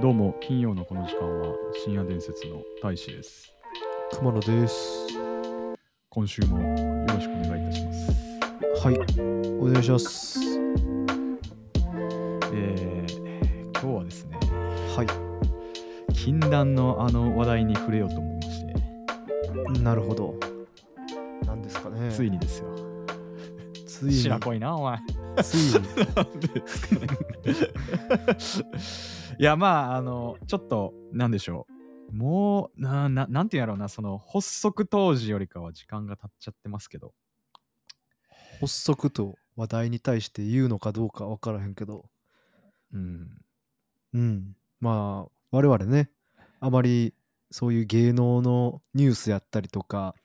どうも金曜のこの時間は深夜伝説の大志です熊野です。今週もよろしくお願いいたしますはい、お願いします。えー、今日はですねは禁断のあの話題に触れようと思いまして、い、なるほど。なんですかね。ついにですよついに、白濃いなお前ついに、なんでですかね いやまああのちょっとなんでしょうもうなななんていうんやろうなその発足当時よりかは時間が経っちゃってますけど発足と話題に対して言うのかどうか分からへんけど、うんうん、まあ、我々ね、あまりそういう芸能のニュースやったりとか、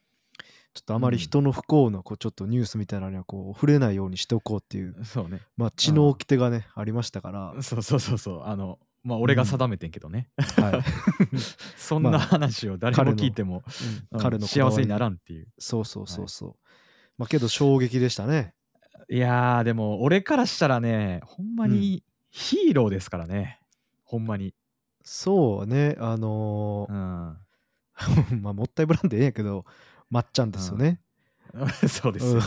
ちょっとあまり人の不幸のこうちょっとニュースみたいなのにはこう触れないようにしておこうっていう、そうねまあ、血の掟がね、ありまし たから、そうそうそうそうあのまあ俺が定めてんけどね、はい、 そんなまあ話を誰彼もの聞いても、うん彼のこだ幸わりせにならんっていうそうそうそうそう。まあけど衝撃でしたね。いやーでも俺からしたらねほんまにヒーローですからね、ほんまに、そうね、あのうーん、 まあもったいぶらんでええんやけど、まっちゃんですよね。そうでうすんよ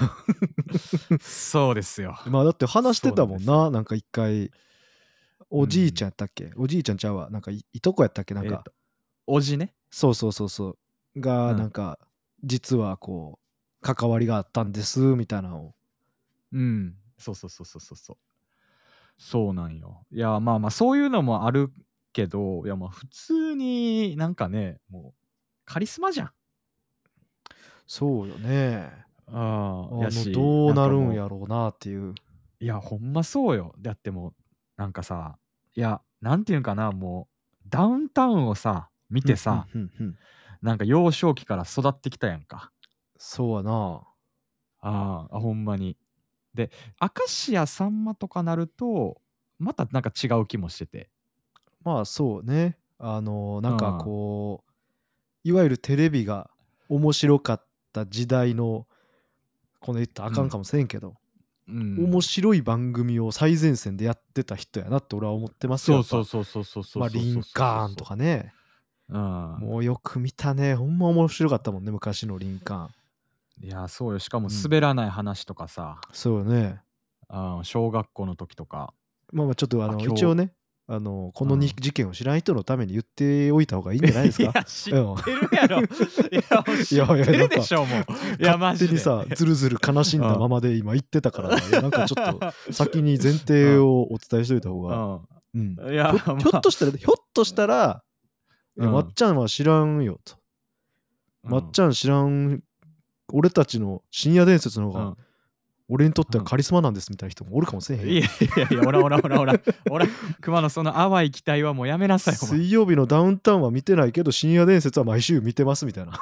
そうですよまあだって話してたもんそうな、なんか一回、おじいちゃんやったっけ、おじいちゃんちゃうわ、なんかいいとこやったっけなんえーかと、おじねそうそうそうそう、うが、んなんか、実はこう、関わりがあったんです、みたいなのを。うんそうそうそうそうそうそうそうなんよいやまあまあそういうのもあるけどいやまあ普通になんかねもうカリスマじゃんそうよね。あああやしのどうなるかんもやろうなっていう。ういやほんまそうよだってもうなんかさいやなんていうんかなもうダウンタウンをさ見てさ、うんうんうんなんか幼少期から育ってきたやんかそうやな。ああほんまにで明石家さんまとかなるとまたなんか違う気もしててまあそうね。あのなんうんかこう、いわゆるテレビが面白かった時代のこの言ったらあかんかもせんけど、うん面白い番組を最前線でやってた人やなって俺は思ってますそよ。うそうそそうそうそうそうそうそうそうそう。まあリンカーンとかね。うん。もうよく見たね。ほんま面白かったもんね、昔のリンカーいン。や、そうよ。しかもうん滑らない話とかさ、そうよね。うん小学校の時とか。まあまあちょっとああの今日一応ね、あのこのうんに事件を知らない人のために言っておいた方がいいんじゃないですか。や、知うんってるやろ。いや、もう知いやいやってるでしょ、もう。いや、マジ勝手で。にさずるずる悲しんだままで今言ってたからななんかちょっ と先に前提をお伝えしといた方うが、ん。う んいや、ひょひょっとしたらひょっとしたら、いやうんまっちゃんは知らんよと、まっちゃゃん知らん俺たちの深夜伝説の方が、俺にとってはカリスマなんですみたいな人もおるかもしれへんいよ、やいやいや、おらおらおらおら、おら、熊のその淡い期待はもうやめなさい、お前。水曜日のダウンタウンは見てないけど深夜伝説は毎週見てますみた いな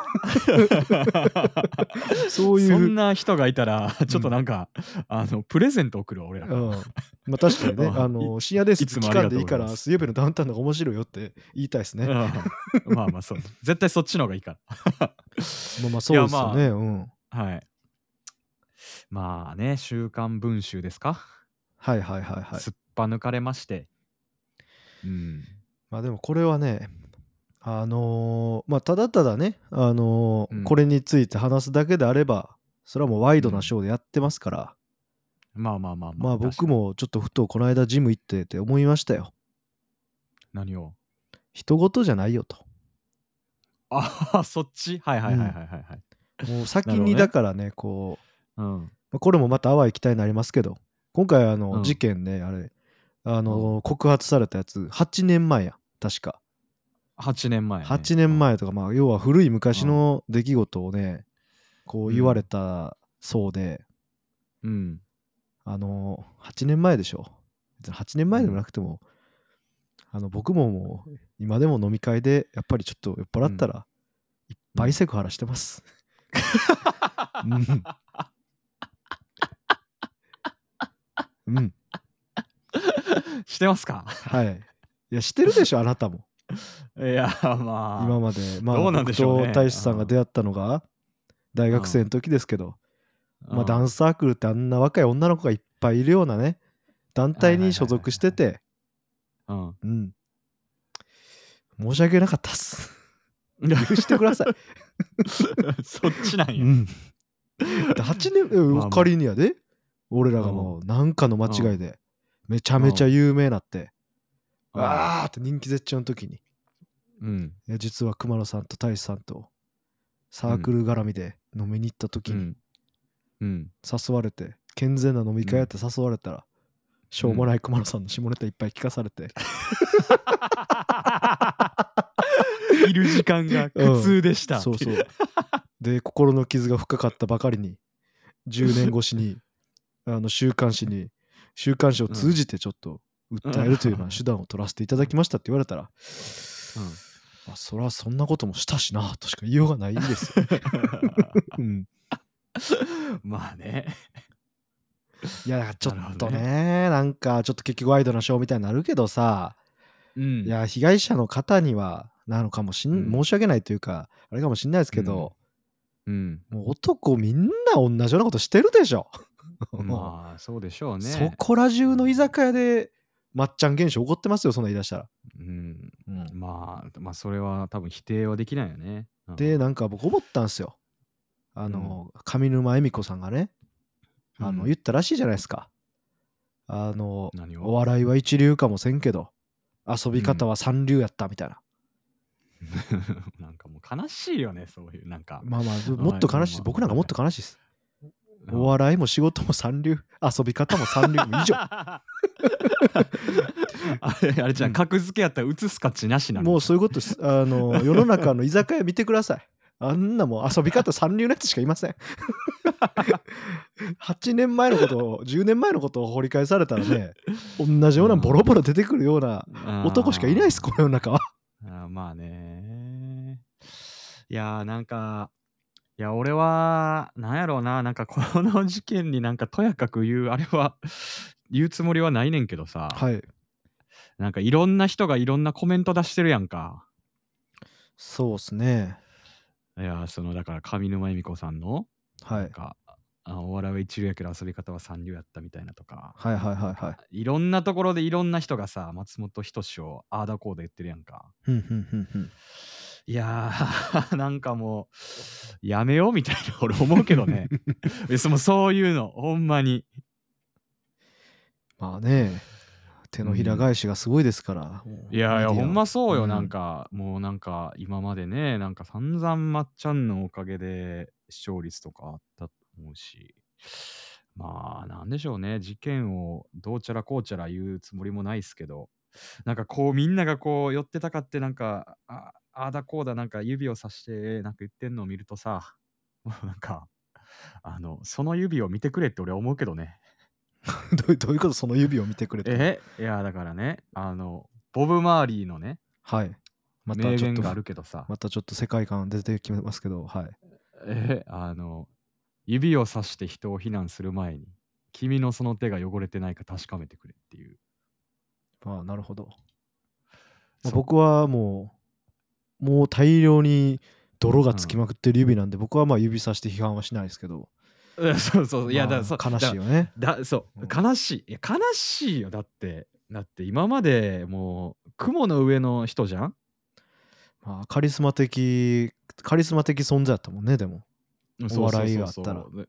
そういうそんな人がいたら、ちょっとなんか、あの、プレゼント送るわ、俺らから。うん、まあ確か にね、うんあの深夜伝説いつも期ありがとう間でいいかございら、ます水曜日のダウンタウンの方が面白いよって言いたいですね。まうんまあまあそう絶対そっちの方がいいからあまあそうですよいね。うん、はいまあね「週刊文集」ですか、はいはいはいはい。すっぱ抜かれましてうんまあでもこれはね、あのーまあただただね、あのーうんこれについて話すだけであれば、それはもうワイドなショーでやってますから、まあまあまあまあまあ確か僕にもちょっとふとこの間ジム行ってて思いましたよ。何を 人事じゃないよと。ああそっちはいはいはいはいはいはいもう先なるほどにねだからね、こう、うんまあこれもまた淡い期待になりますけど今回あの、うん事件ねあれあの、告発されたやつ8年前や確か8年前、ね、 8年前とか、まあ要は古い昔の出来事をねこう言われたそうで、うんあの8年前でしょ別に8年前でもなくても、あの僕ももう今でも飲み会でやっぱりちょっと酔っ払ったら、いっぱいセクハラしてます、うんうんしてますかはい。いや、してるでしょ、あなたも。いや、ま あ。今まで、まあ、どうなんでしょうね僕と大志さんが出会ったのが大学生の時ですけど、まあ、ダンススサークルってあんな若い女の子がいっぱいいるようなね団体に所属してて、うん。うん、申し訳なかったっす。許してください。そっちなんうや。ん、8年、えまあまあ仮にやで、俺らがもう何かの間違いで、めちゃめちゃ有名なって、わーって人気絶頂の時に、いうん。や実は熊野さんと大志さんとサークル絡みで飲みに行った時うにん。 うん。誘われて、健全な飲み会やって誘われたら、しょうもない熊野さんの下ネタいっぱい聞かされて、いる時間が苦痛でした。そうそうで心の傷が深かったばかりに10年越 しにあの週刊誌に週刊誌を通じてちょっと訴えるというよううんな手段を取らせていただきましたって言われたら、まあ、そらそんなこともしたしなとしか言いようがないんです よ、うん、まあね。いやだからちょなるっほとどねねなんかちょっと結局ワイドなショーみたいになるけどさ、うんいや被害者の方にはなのかもしん、うん申し訳ないというかあれかもしんないですけど、 うん。もう男みんな同じようなことしてるでしょ、まあ、そうでしょうね。そこら中の居酒屋でまっちゃん現象起こってますよそんなん言い出したら、うん。まあ、まあ、それは多分否定はできないよね。うんで、なんか僕思ったんですよあの、上沼恵美子さんがねあの、うん言ったらしいじゃないですかあの何おを笑いは一流かもせんけど遊び方は三流やったみたいな、 なんかもう悲しいよね、そういう、なんか。まあまあもっと悲しい、まあ僕なんかもっと悲しいです、うんお笑いも仕事も三流遊び方も三流以上あれ あれじゃうんん、格付けやったら映す価値なしなのもうそういうことですあ の世の中の居酒屋見てくださいあんなもう遊び方三流のやつしかいません 8年前のことを10年前のことを掘り返されたらね同じようなボロボロ出てくるような男しかいないですこの世の中はあーまあねいやーなんかいや俺はなんやろうななんかこの事件になんかとやかく言うあれは言うつもりはないねんけどさ、はいなんかいろんな人がいろんなコメント出してるやんかそうですねいやーそのだから上沼恵美子さんのはなんいか、あお笑いは一流やけど遊び方は三流やったみたいなとかはいはいはいはいろんなところでいろんな人がさ松本人志をああだこうだ言ってるやんかいうんうんうんうんいやー なんかもうやめようみたいな俺思うけどねえそのそういうのほんまにまあね手のひら返しがすごいですから、もういやいやメディアは ほんまそうよ、うんなんかもうなんか今までねなんか散々まっちゃんのおかげで視聴率とかあったと思うしまあなんでしょうね事件をどうちゃらこうちゃら言うつもりもないですけどなんかこうみんながこう寄ってたかってなんかああーだこうだなんか指をさしてなんか言ってんのを見るとさもうなんかあのその指を見てくれって俺は思うけどねどうどういうことその指を見てくれてえいやだからねあのボブ・マーリーのねはいま名たちょ言っとがあるけどさまたちょっと世界観出てきますけどはいえ あの指をさして人を非難する前に君のその手が汚れてないか確かめてくれっていうああなるほど、まそあ、う僕はもうもう大量に泥がつきまくってる指なんで、僕はまあ指さして批判はしないですけど、うん そうそういやまあだそう悲しいよよねだそううん悲しいいや悲しいよだってだって今までもう雲の上の人じゃんまあカリスマ的カリスマ的存在だったもんねでもお笑いがあったらそうそうそうそうで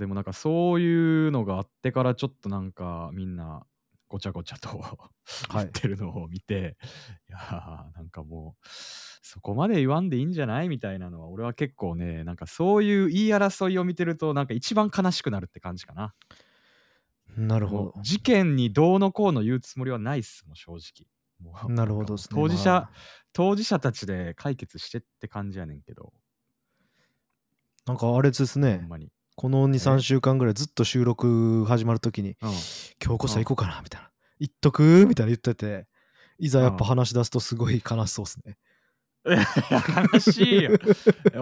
でもなんかそういうのがあってからちょっとなんかみんなごちゃごちゃと 言ってるのを見て、い、やーなんかもうそこまで言わんでいいんじゃないみたいなのは俺は結構ねなんかそういう言い争いを見てるとなんか一番悲しくなるって感じかななるもほう事件にどうのこうの言うつもりはないっすもう正直もどうなるほどですね当事者まあ当事者たちで解決してって感じやねんけどなんかあれですほねんまに、この23週間ぐらいずっと収録始まるときにうん今日こそ行こうかなみたいな行っとくみたいな言ってていざやっぱ話し出すとすごい悲しそうですねいや悲しいよ。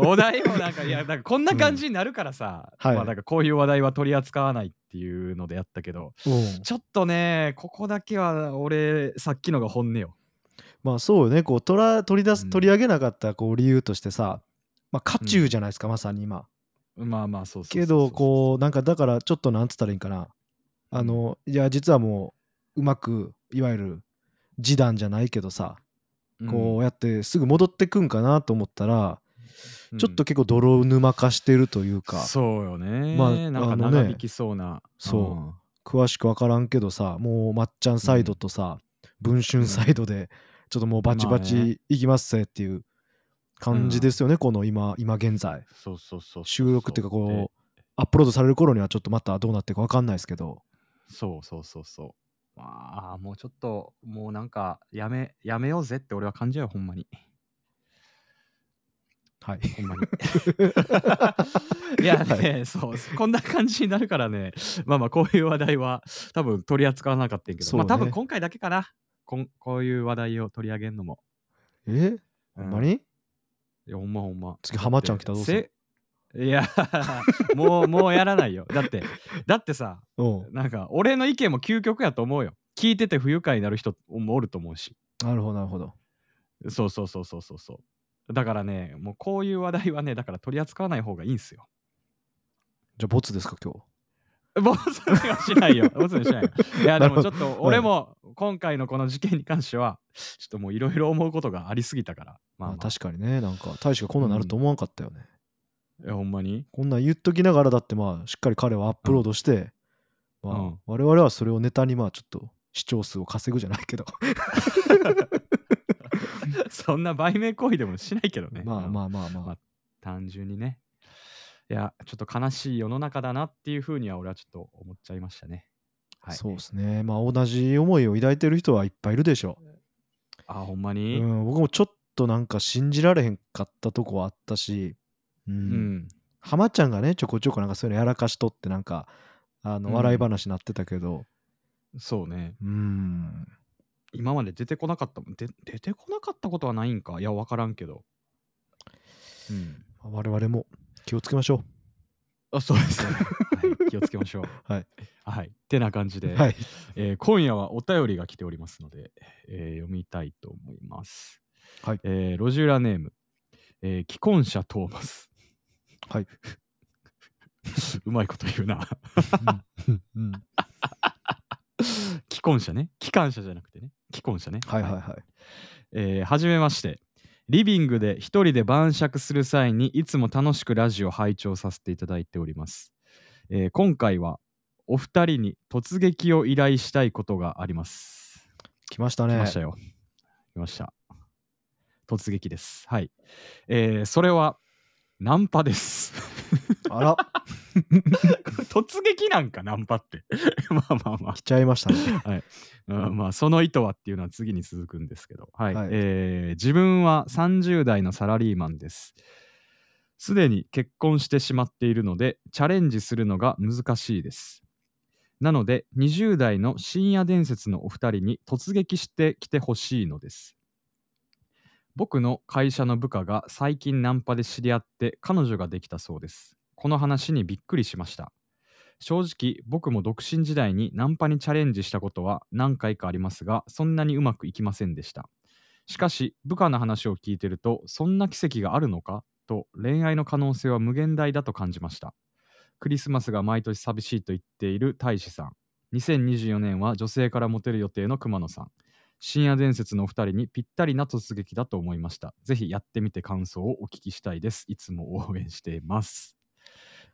お題もなんか、いや、なんかこんな感じになるからさ、うんはいまあなんかこういう話題は取り扱わないっていうのでやったけど、うんちょっとね、ここだけは俺、さっきのが本音よ。まあそうよね、こう取ら取り出うすん取り上げなかったこう理由としてさ、まあ、渦中じゃないですか、まさに今。まあまあ、そうそうそうけそうど、こう、なんかだから、ちょっとなんつったらいいんかな。あの、いや、実はもう、うまく、いわゆる、示談じゃないけどさ、うん、こうやってすぐ戻ってくんかなと思ったら、うんちょっと結構泥沼化してるというか、そうよね。まあなんかあのね長引きそうな。そう詳しく分からんけどさ、もう、まっちゃんサイドとさ、文春サイドで、ちょっともうバチバまあチいきますぜっていう感じですよね、この今、今現在。そうそうそうそう。収録っていうかでこうアップロードされる頃にはちょっとまたどうなってるか分かんないですけどそうそうそうそう。ああ、もうちょっと、もうなんか、やめ、やめようぜって俺は感じやよ、ほんまに。はいほんまに。 いやね、そう、こんな感じになるからね、まあまあ、こういう話題は多分取り扱わなかったんやけど、そうまねあ多分今回だけかな。こんこういう話題を取り上げるのも。えほんまにいや、ほんまほんま。次浜ちゃん来たらどうするせいや、 もう、もうやらないよ。だって、だってさ、おうなんか、俺の意見も究極やと思うよ。聞いてて不愉快になる人もおると思うし。なるほどなるほどそうそうそうそうそうそう。だからね、もうこういう話題はね、だから取り扱わない方がいいんすよ。じゃあボツですか今 日ボツにはしない よ。ボツにはしないよ。いや、でなるほもちどょっと、俺も今回のこの事件に関しては、ちょっともういろいろ思うことがありすぎたから。ままあ、あ、まあ、確かにねなんか大使がこんなんなると思わんかったよね、いやほんまにこんなん言っときながらだってまあしっかり彼はアップロードして、まあうん我々はそれをネタにまあちょっと視聴数を稼ぐじゃないけどそんな売名行為でもしないけどね。まあうんまあまあまあ、まあ単純にね。いや、ちょっと悲しい世の中だなっていうふうには俺はちょっと思っちゃいましたね。はい。そうですねまあ同じ思いを抱いてる人はいっぱいいるでしょうあ、ほんまに、うん、僕もちょっとなんか信じられへんかったとこはあったし、うんうん。浜ちゃんがねちょこちょこなんかそういうのやらかしとってなんかあうのん笑い話になってたけどそうね。うん、今まで出てこなかったもん。で出てこなかったことはないんか。いや、わからんけど。うん。我々も気をつけましょあそうですね、はい。気をつけましょう。 はい。はい。ってな感じで、う。はい、えー今夜はお便りが来ておりますので、えー読みたいと思います。はいえー路地裏ネーム、えー既婚者トーマス。はい。 うまいこと言うな。 うんうん既婚者ね。既婚者じゃなくてね。既婚者ね。はいはいはい。えーはじめまして。リビングで一人で晩酌する際にいつも楽しくラジオ拝聴させていただいております。えー今回はお二人に突撃を依頼したいことがあります。来ました来ねましたよ。来ました。突撃です。はい。えーそれはナンパです。あら 突撃なんかナンパって。 まあまあまあ来ちゃいましたね うんまあ、その意図はっていうのは次に続くんですけど、はいはいえー自分は30代のサラリーマンです。すでに結婚してしまっているので、チャレンジするのが難しいです。なので、20代の深夜伝説のお二人に突撃してきてほしいのです。僕の会社の部下が最近ナンパで知り合って彼女ができたそうです。この話にびっくりしました。正直僕も独身時代にナンパにチャレンジしたことは何回かありますがそんなにうまくいきませんでしたしかし部下の話を聞いてるとそんな奇跡があるのかと恋愛の可能性は無限大だと感じましたクリスマスが毎年寂しいと言っている大志さん2024年は女性からモテる予定の熊野さん深夜伝説のお二人にぴったりな突撃だと思いましたぜひやってみて感想をお聞きしたいですいつも応援しています、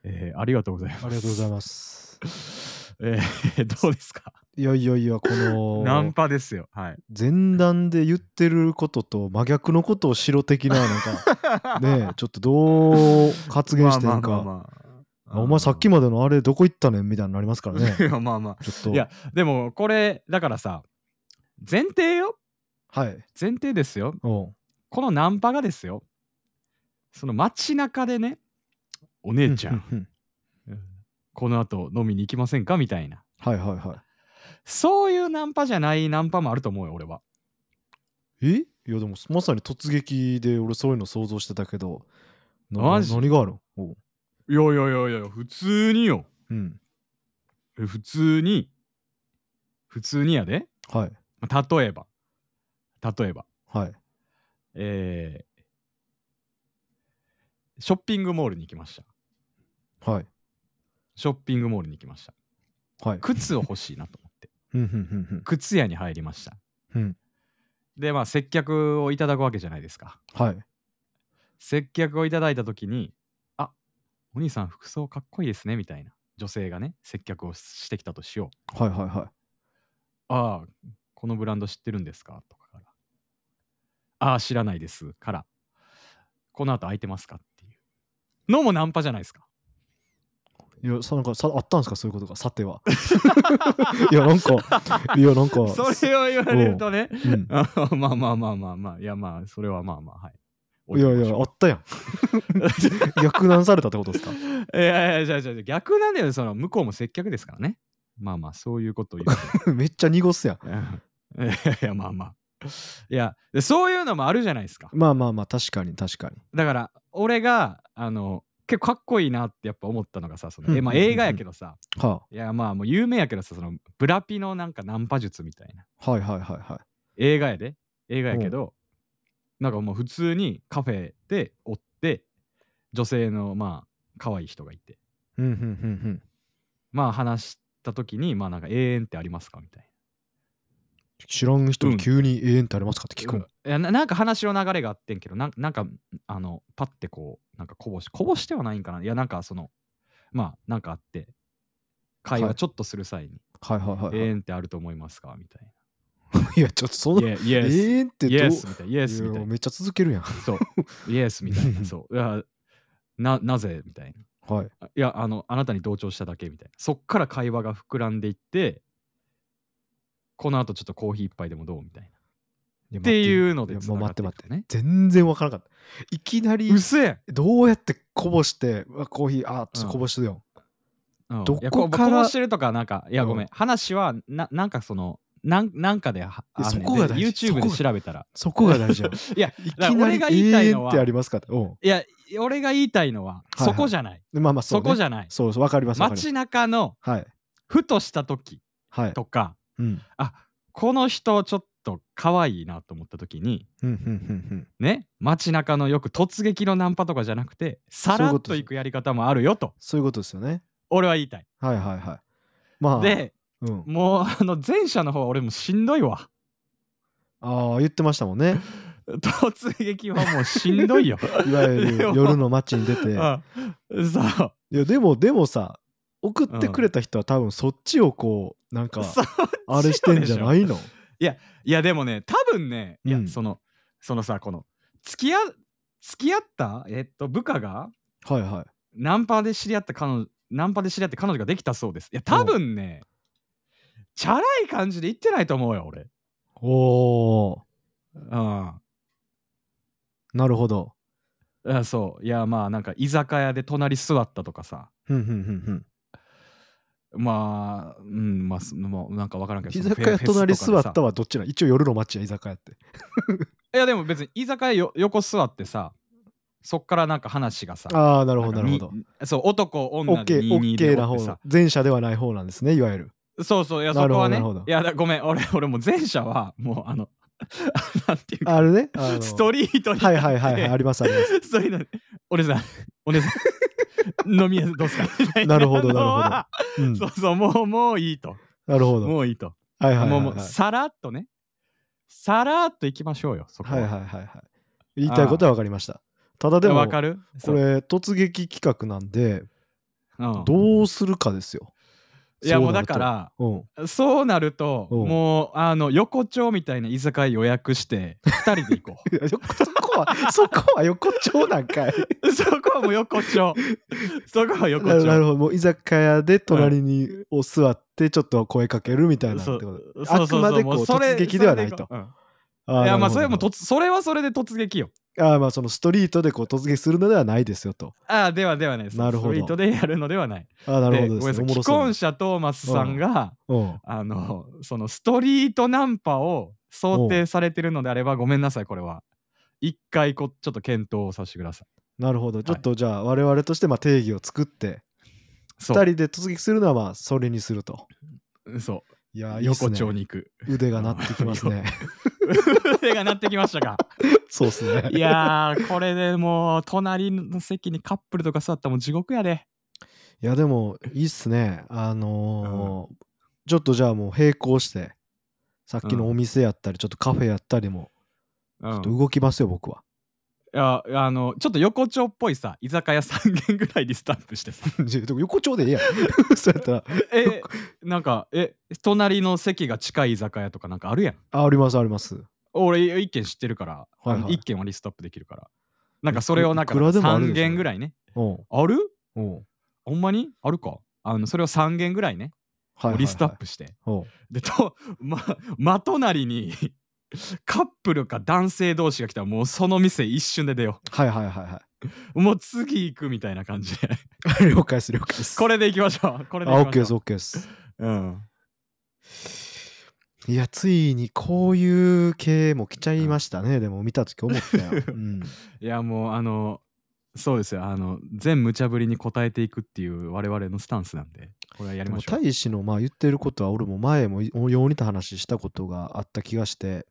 えーありがとうございますありがとうございますえー どうですかいやいやいやこナンのパですよ。はい。前段で言ってることと真逆のことをしろ的ななん か ねえちょっとどう発言していいまあか。まあまあまあお前さっきまでのあれどこ行ったねんみたいになりますからね 。いやまあま ちょっあ。と。いや、でもこれ、だからさ、前提よ。はい。前提ですよ。おうこのナンパがですよ。その街中でね、お姉ちゃん、うううこの後飲みに行きませんかみたいな。はいはいはそういうナンパじゃないナンパもあると思うよ、俺は。い。えいやでもまさに突撃で俺そういうの想像してたけど。なマジ何があるのおういやいやいやいや、普通によ。うん。え普通に、普通にやで。はい。まあ例えば、例えば。はい。えーショッピングモールに行きました。はい。ショッピングモールに行きました。はい。靴を欲しいなと思って。 うんうんうん靴屋に入りました。うん。うん。で、まあ、接客をいただくわけじゃないですか。はい。接客をいただいたときに、あお兄さん、服装かっこいいですね、みたいな。女性がね、接客をしてきたとしよはいはいはう。ああ、このブランド知ってるんですかとかから。ああ、知らないです。から。この後空いてますかっていう。のもナンパじゃないですか。い。いや、さなんかさあったんですかそういうことが。さ ては。いや、なんか、いや、なんか、それを言われるとね、うん、あまあまあまあまあまあ、いやまあ、それはまあまあ、はい。いやいや、あっ たやん。逆難されたってことですかいやいや、じゃあじゃあ逆なんだよ、その向こうも接客ですからね。まあまあ、そういうことを言う めっちゃ濁すやん。と。 いやいや、まあまあ。いや、でそういうのもあるじゃないですか。まあまあまあ、確かに確かに。だから、俺が、あの、結構かっこいいなってやっぱ思ったのがさ、そのうんえまあ、うんうん映画やけどさ、はいやまあもう有名やけどさ、そのブラピのなんかナンパ術みたいな。あ、はいはいはいはい。映画やで映画やけど、なんかもう普通にカフェでおって女性のまあ可愛い人がいてうんうんうんまあ話した時にまあなんか永遠ってありますかみたい知らん人うんに急に永遠ってありますかって聞なくん、いやななんか話の流れがあってんけどなんなんかあのパッてこうなんかこぼしこぼしてはないんかないやなんかそのまあなんかあって会は話いちょっとする際にはいはいは永いはい、遠ってあると思いますかみたいいや、ちょっとそんな。な。イエ永ス遠ってイどうエスみたいな。イエスみいたやいな。めっちゃ続けるやん。そう。イエスみたいな。そう。いや ななぜみたいな。はい。あいやあのあなたに同調しただけみたいなそっから会話が膨らんでいってこのあとちょっとコーヒー一杯でもどうみたいなっっていうのでもう待って繋がっ待ってていくね全然わからなかったいきなりうせえ、どうやってこぼしてうわコーヒーあーちうょっんとこぼしてよ、うんどいやここからこうしてるとかなんかいやうんごめん、話はななんかそのなんなんかではあんねんそこが大事でそ YouTube こでが調べたらそこが大事やんい いやだきからな俺りが言いた永い遠のっはてありますかってうんいや俺が言いたいのは、はいそこじゃないでまあまあそ,、そう、ね、こじゃないそうそうわかりますわかります街中のはいふとした時はいとかうんあこの人ちょっと可愛いなと思った時にうんうんうんうんね、街中のよく突撃のナンパとかじゃなくてさらっと行くやり方もあるよとそういうことですよね俺は言いたいはいはいはいまあでうん、もうあの前者の方は俺もうしんどいわ ああ言ってましたもんね突撃はもうしんどい よ、いわゆるでも夜の街に出てうん、そういやでもでもさ送ってくれた人は多分そっちをこうなんかそうあれしてんじゃないのいやでもね多分ね、いうんやそのそのさこの付き合付き合ったえっと部下がはいはいナンパで知り合った彼女ナンパで知り合って彼女ができたそうですいや多分ねチャラい感じで言ってないと思うよ俺おおうんなるほど。 あそういやまあなんか居酒屋で隣座ったとかさふんふんふんふんまあうんまあすもうなんかわからんけど居そのフ酒ェ屋隣フ座ェスとかでったはどっちなん一応夜の街や居酒屋って。さいやでも別に居酒屋よ横座ってさそっからなんか話がさああ、なるなほんど、かなるほど。にそう男オッ女ケでー、オッ22でケーなおっ方てさ。前者ではない方なんですね、いわ ゆる。そうそういやそなるこほはどねなるほどいやだごめん俺俺もう前者はもうあの なんていうかあれね。あのストリートにはいはいはいはい、あいりますあります。 そういうのお姉さんお姉さん 飲み屋どうすかみたいなるほどなるほどの はうんそうそうもうもういいとなるほど。もういいと。はいはいはもういもうはい。さらっとね。さらっと行きましょうよ、そこはいはいはいはい。言いたいことは分かりました。ただででも、わこかれる突撃企画なんで、そううんどうするかですよ。いやもうそなだるとか、ら、うん。そうなると、うんもうあの横丁みたいな居酒屋予約して、2人で行こい やそこは、そこは横丁なんかい。 う。そこはもう横丁。そこは横な丁。なるほどもう居酒屋で隣にを座ってちょっと声かけるみたいなってそこうとそうそうそうあくまでこうもうそれ突撃ではないとそれで行こあううんーいやまあなるほどそれもとつそれはそれで突撃よ。あーまあそのストリートでこう突撃するのではないですよとああではではね、なるほストどリートでやるのではない。あーなるほどでごめんでなすさいねおもろ既そう婚者トーマスさんが、うんあの、そのストリートナンパを想定されてるのであれば、ごめんなさい、これは。一回こ、ちょっと検討をさせてくださなるほどちょっとじゃあ我々としてまあ定義を作ってい。 2そう。人で突撃するのはまあそれにするとそいやうーいいっす横丁 ねに行く。 腕が鳴ってきますね腕が鳴ってきましたか。そうっす ね。いやー、これでもう、隣の席にカップルとか座ったらもう地獄やで。いやでもいいっすね。あのーちょっとじゃあもう並行してさっきうのんお店やったりちょっとカフェやったりもうちょんっと、動きますよ僕 は。いやあのちょっと横丁っぽいさ居酒屋3軒ぐらいリス タンプしてさじゃあでも横丁でいいやん。 そうやったらえなんかえ隣の席が近い居酒屋とかなんかあるやんあありますあります。俺一軒知ってるから、いはいあの一軒はリストアップできるからなんかそれをなんかいくらでもあるでしょ3軒ぐらいねおうあるおうほんまにあるかあのそれを3軒ぐらいね、はいはいはいリストアップしておうでと まま隣に カップルか男性同士が来たらもうその店一瞬で出よはいはいはいはうもう次行くみたいな感 じでい。了解です了解です。これで行きましょうこれであ行オきッまケしーですょオッケーです。ううんいやついにこういう系も来ちゃいましたね。でも見た時思ったよ。 うん、いやもうあのそうですよあの全無茶ぶりに応えていくっていう我々のスタンスなんでこれはやりでまもしょう大使のまあ言ってることは俺も前もようにと話したことがあった気がして。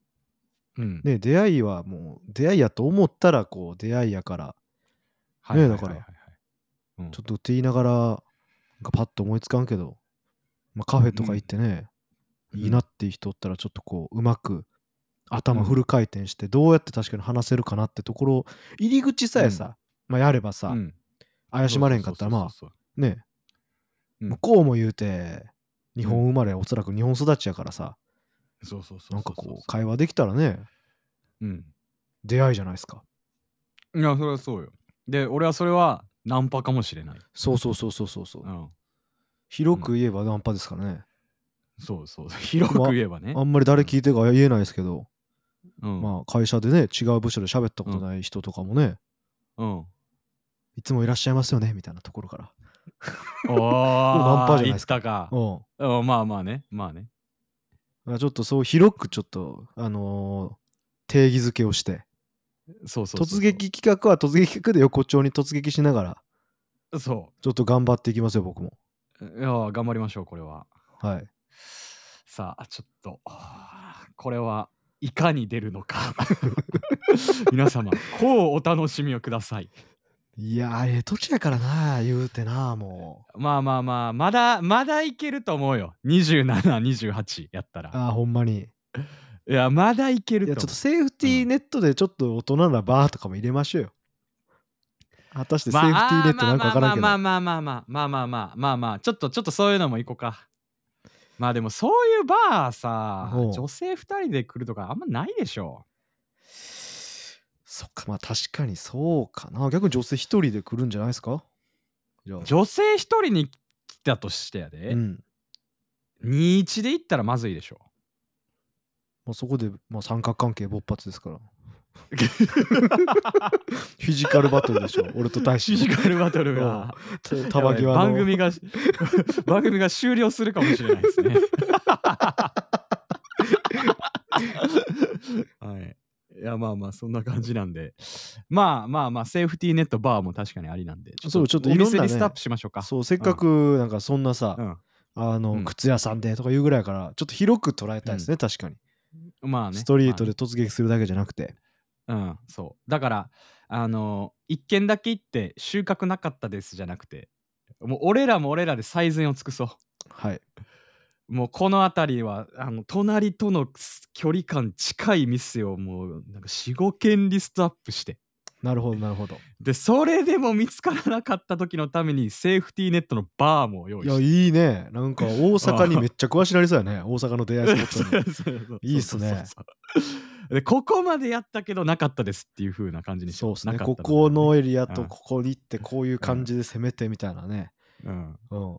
うんね、出会いはもう出会いやと思ったらこう出会いやからはいはいはねえいだからはいはいうんちょっとって言いながらなんかパッと思いつかんけど、まあ、カフェとか行ってね、うんいいなっていう人おったらちょっとこううまく頭フル回転してどうやって確かに話せるかなってところ入り口さえさ、まあ、やればさ、うん怪しまれんかったらまそうそうそうそうあね、うん向こうも言うて日本生まれおそらく日本育ちやからさ、そうそうそうなんそかうそうこう会話できたらねうん出会いじゃないですかいやそれはそうよで俺はそれはナンパかもしれない、そうそうそうそうそうそううん、広く言えばナンパですからね、そうそう広く言えばねあんまり誰聞いてるか言えないですけど、うんまあ会社でね、違う部署で喋ったことない人とかもね、うんいつもいらっしゃいますよね、みたいなところから。おーもうナンパじゃないですかったかうん。うんまあまあねまあねまあちょっとそう広くちょっと、あのー定義づけをして、そうそうそうそ突う撃企画は突撃企画で横丁に突撃しながら、そちょっと頑張っていきますよ、僕も。ういや頑張りましょうこれははい。さあちょっとあーこれはいかに出るのか 皆様こうお楽しみをくださいいやー、ええ土地やからな、言うてな、もまあまあまあまだまだいけると思うよ2728やったう。らああ、ほんまに。いやまだいけるいとや、思うちょっとセーフティーネットでちょっと大人なバーとかも入れましょうよ。果たしてセーフティーネットなんかわからんけど。まあまあまあまあまあまあまあまあまあまあちょっとちょっとそういうのもいこうかまあでもそういうバーさおう女性2人で来るとかあんまないでしょそっか、まあ確かにそうかな。逆に女性一人で来るんじゃないですかじゃあ。女性1人に来たとしてやで、うん。 21で行ったらまずいでしょまあ、そこで、まあ、三角関係勃発で すから。フィジカルバトルでしょ。俺と大シ使。ジカルバトルがたたばきは番組が 番組が終了するかもしれないです ね。はい。いやまあまあそんな感じなんで、まあまあまあセーフティーネットバーも確かにありなんで、そうちょっとおいろん店なねリストアップしましょうか。そうせっかくなんかそんなさ、うん。あの、うん靴屋さんでとかいうぐらいやからちょっと広く捉えたいですね、確かに、まあね。ストリートまで突撃するだけじゃなくて、あね、うん。そう。だからあの一軒だけ行って収穫なかったですじゃなくて、もう俺らも俺らで最善を尽くそう。はいもうこの辺りはあの隣とのす距離感近い店をもうなんか45軒リストアップしてなるほどなるほどでそれでも見つからなかった時のためにセーフティーネットのバーも用い意やしていいねなんか大阪 にめっちゃ詳しなりそうやね大阪の出会いスポットにいいいっすねでここまでやったけどなかったですっていう風な感じにしそうよですねなかったこですこのエリアうとんここに行ってこういう感じで攻めてみたいなね、うんうん、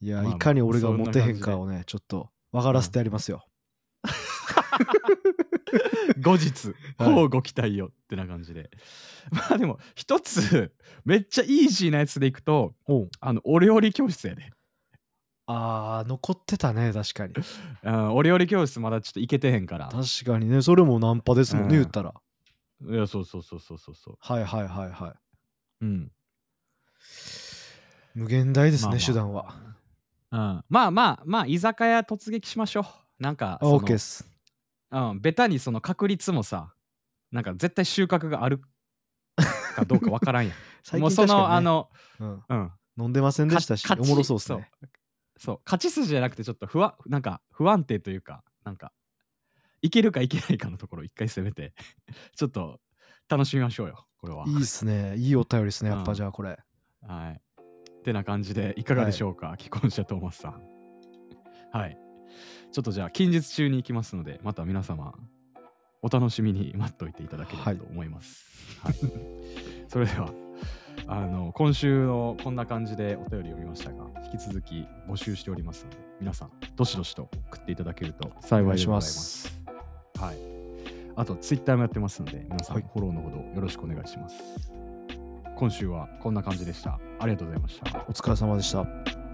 いや、まあまあいかに俺がモテへんかをねちょっと分からせてやりますよ、後日はいこうご期待よってな感じで、 まあでも一つめっちゃイージーなやつでいくとおうあのお料理教室やであー残ってたね確かにうん、お料理教室まだちょっと行けてへんから。確かにねそれもナンパですもんね、うん言ったらいや、そうそうそうそうそうそはいはいはいはう。うん。い無限大ですまね、あまあ手段はうん、まあまあまあ、居酒屋突撃しましょう。なんか、あその OK っすうん、ベタにその確率もさ、なんか絶対収穫があるかどうかわからんやん。 最もう近そ確かに、ね、の、あの、うん、うん。飲んでませんでしたし、かおもろそうっす勝ね。ちそう。そう勝ち筋じゃなくて、ちょっと不安、なんか不安定というか、なんか、いけるかいけないかのところ一回攻めて、 ちょっと楽しみましょうよ、これは。いいっすね。いいお便りですね。やっうぱんじゃあこれ。はい。ってな感じで、いかがでしょうか、既婚者トーマスさん。はい。ちょっとじゃあ、近日中に行きますので、また皆様、お楽しみに待っておいていただければと思います。はい。それでは、あの、今週のこんな感じでお便りを見ましたが、引き続き募集しておりますので、皆さん、どしどしと送っていただけると幸いでごお願ざいいしま。ますす。はい。あと、ツイッターもやってますので、皆さん、はいフォローのほどよろしくお願いします。今週はこんな感じでした。ありがとうございました。お疲れ様でした。